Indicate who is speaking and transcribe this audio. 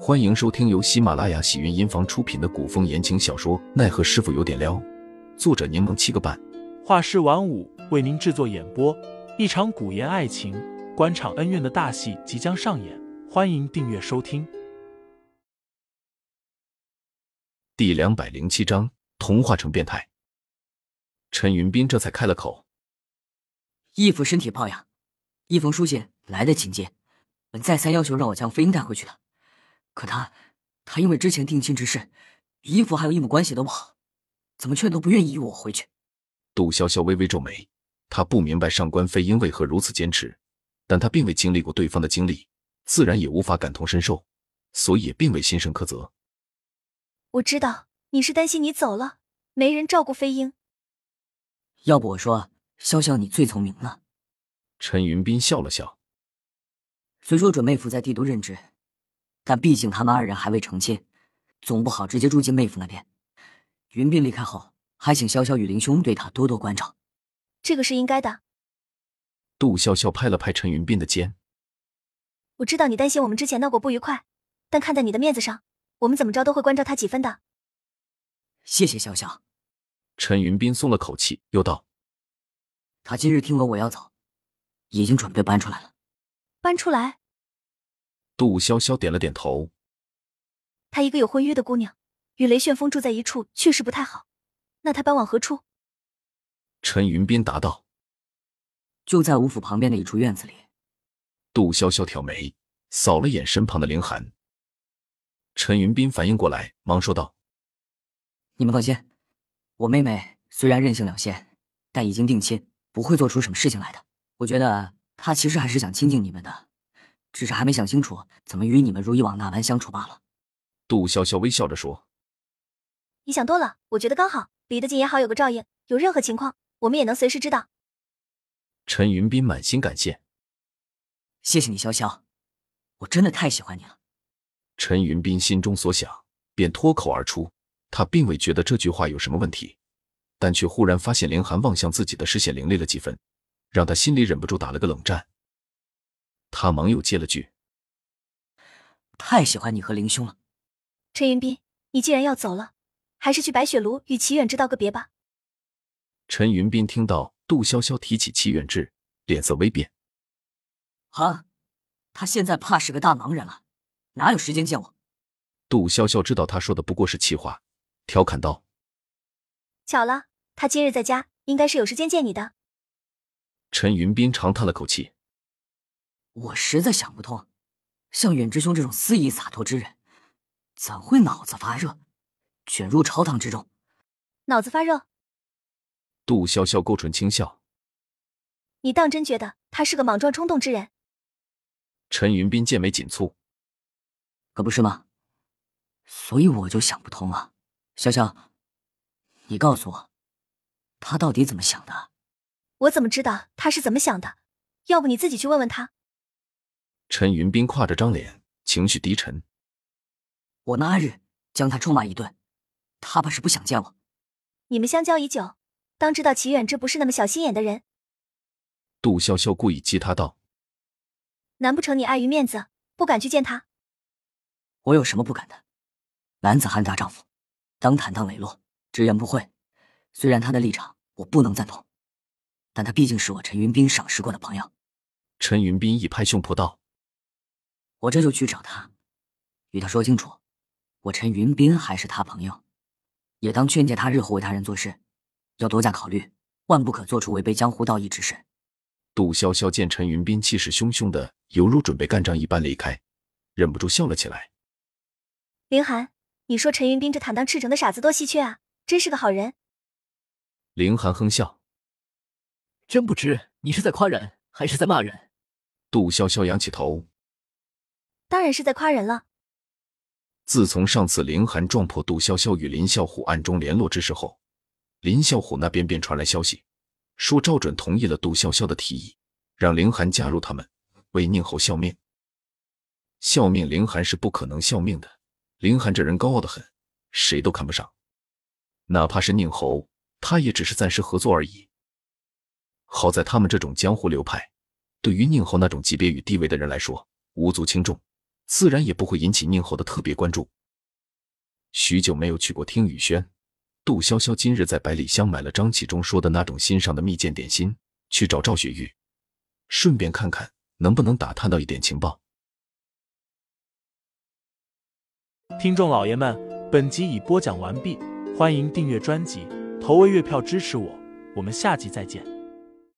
Speaker 1: 欢迎收听由喜马拉雅喜云音房出品的古风言情小说《奈何师傅有点撩》，作者柠檬七个半，
Speaker 2: 画师晚舞为您制作演播。一场古言爱情、官场恩怨的大戏即将上演，欢迎订阅收听。
Speaker 1: 第两百零七章：童话成变态。陈云斌这才开了口
Speaker 3: 义父身体抱恙，义冯书信来的请见，本再三要求让我将飞鹰带回去的，可他他因为之前定亲之事，与义父还有义母关系都不好，怎么劝都不愿意与我回去。：“
Speaker 1: 杜潇潇微微皱眉，她不明白上官飞鹰为何如此坚持，但她并未经历过对方的经历，自然也无法感同身受，所以也并未心生苛责。
Speaker 4: 我知道你是担心你走了，没人照顾飞鹰。
Speaker 3: 要不我说，潇潇你最聪明了。”
Speaker 1: 陈云斌笑了笑，
Speaker 3: 虽说准妹夫在帝都任职，但毕竟他们二人还未成亲，总不好直接住进妹夫那边。云斌离开后，还请潇潇与林兄对他多多关照。
Speaker 4: 这个是应该的。
Speaker 1: 杜潇潇拍了拍陈云斌的肩，
Speaker 4: 我知道你担心我们之前闹过不愉快，但看在你的面子上，我们怎么着都会关照他几分的。
Speaker 3: 谢谢潇潇，
Speaker 1: 陈云斌松了口气，又道。
Speaker 3: 他今日听闻我要走，已经准备搬出来了。
Speaker 4: 搬出来，
Speaker 1: 杜潇潇点了点头，
Speaker 4: 她一个有婚约的姑娘，与雷旋风住在一处，确实不太好。那她搬往何处？
Speaker 1: 陈云斌答道。
Speaker 3: 就在吴府旁边的一处院子里，
Speaker 1: 杜潇潇挑眉，扫了眼身旁的凌寒。陈云斌反应过来，忙说道
Speaker 3: 你们放心，我妹妹虽然任性了些，但已经定亲，不会做出什么事情来的。我觉得她其实还是想亲近你们的，只是还没想清楚怎么与你们如以往那般相处罢了。：“
Speaker 1: 杜潇潇微笑着说。
Speaker 4: 你想多了，我觉得刚好，离得近也好，有个照应。有任何情况，我们也能随时知道。”
Speaker 1: 陈云斌满心感谢。
Speaker 3: 谢谢你，潇潇，我真的太喜欢你了。
Speaker 1: 陈云斌心中所想，便脱口而出。他并未觉得这句话有什么问题，但却忽然发现凌寒望向自己的视线凌厉了几分，让他心里忍不住打了个冷战。他忙又接了句
Speaker 3: 太喜欢你和林兄了。
Speaker 4: 陈云斌，你既然要走了，还是去白雪庐与齐远之道个别吧。：“
Speaker 1: 陈云斌听到杜潇潇提起戚远志，脸色微变。
Speaker 3: 啊，他现在怕是个大忙人了，哪有时间见我？
Speaker 1: 杜潇潇知道他说的不过是气话，调侃道：“
Speaker 4: 巧了，他今日在家，应该是有时间见你的。
Speaker 1: 陈云斌长叹了口气，
Speaker 3: 我实在想不通，像远之兄这种肆意洒脱之人，怎会脑子发热，卷入朝堂之中？
Speaker 4: 脑子发热，
Speaker 1: 杜潇潇勾唇轻笑。
Speaker 4: 你当真觉得他是个莽撞冲动之人？
Speaker 1: 陈云斌剑眉紧蹙，
Speaker 3: 可不是吗？所以我就想不通啊，潇潇，你告诉我，他到底怎么想的？
Speaker 4: 我怎么知道他是怎么想的？要不你自己去问问他。
Speaker 1: 陈云斌挎着张脸，情绪低沉。
Speaker 3: 我那日将他臭骂一顿，他怕是不想见我。
Speaker 4: 你们相交已久，当知道齐远之不是那么小心眼的人，
Speaker 1: 杜潇潇故意激他道
Speaker 4: 难不成你碍于面子不敢去见他？
Speaker 3: 我有什么不敢的？男子汉大丈夫，当坦荡磊落，直言不讳。虽然他的立场我不能赞同，但他毕竟是我陈云斌赏识过的朋友，：“
Speaker 1: 陈云斌一拍胸脯道，
Speaker 3: 我这就去找他，与他说清楚，我陈云斌还是他朋友，也当劝诫他日后为他人做事，要多加考虑，万不可做出违背江湖道义之事。
Speaker 1: 杜潇潇见陈云斌气势汹汹的，犹如准备干仗一般离开，忍不住笑了起来。
Speaker 4: 凌寒，你说陈云斌这坦荡赤诚的傻子多稀缺啊，真是个好人。
Speaker 1: 凌寒哼笑，
Speaker 5: 真不知你是在夸人还是在骂人。
Speaker 1: 杜潇潇仰起头。
Speaker 4: 当然是在夸人了。
Speaker 1: 自从上次凌寒撞破杜潇潇与林啸虎暗中联络之事后，林啸虎那边便传来消息，说赵准同意了杜潇潇的提议，让凌寒加入他们，为宁侯效命。效命凌寒是不可能效命的，凌寒这人高傲的很，谁都看不上，哪怕是宁侯，他也只是暂时合作而已。好在他们这种江湖流派，对于宁侯那种级别与地位的人来说，无足轻重，自然也不会引起宁侯的特别关注。许久没有去过听雨轩，杜潇潇今日在百里香买了张启忠说的那种新上的蜜饯点心，去找赵雪玉，顺便看看能不能打探到一点情报。
Speaker 2: 听众老爷们，本集已播讲完毕，欢迎订阅专辑，投喂月票支持我，我们下集再见。